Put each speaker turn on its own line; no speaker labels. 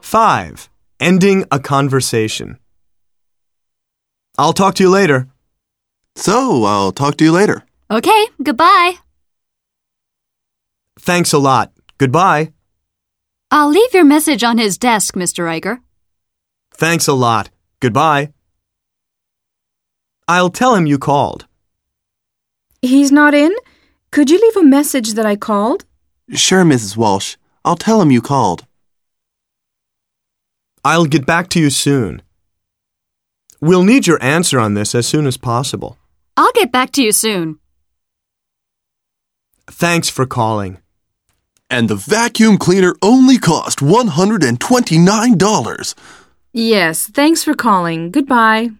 5. Ending a conversation. I'll talk to you later.
So I'll talk to you later.
Okay, goodbye.
Thanks a lot. Goodbye.
I'll leave your message on his desk, Mr. Iger.
Thanks a lot. Goodbye. I'll tell him you called.
He's not in? Could you leave a message that I called?
Sure, Mrs. Walsh. I'll tell him you called.
I'll get back to you soon. We'll need your answer on this as soon as possible.
I'll get back to you soon.
Thanks for calling.
And the vacuum cleaner only cost $129.
Yes, thanks for calling. Goodbye.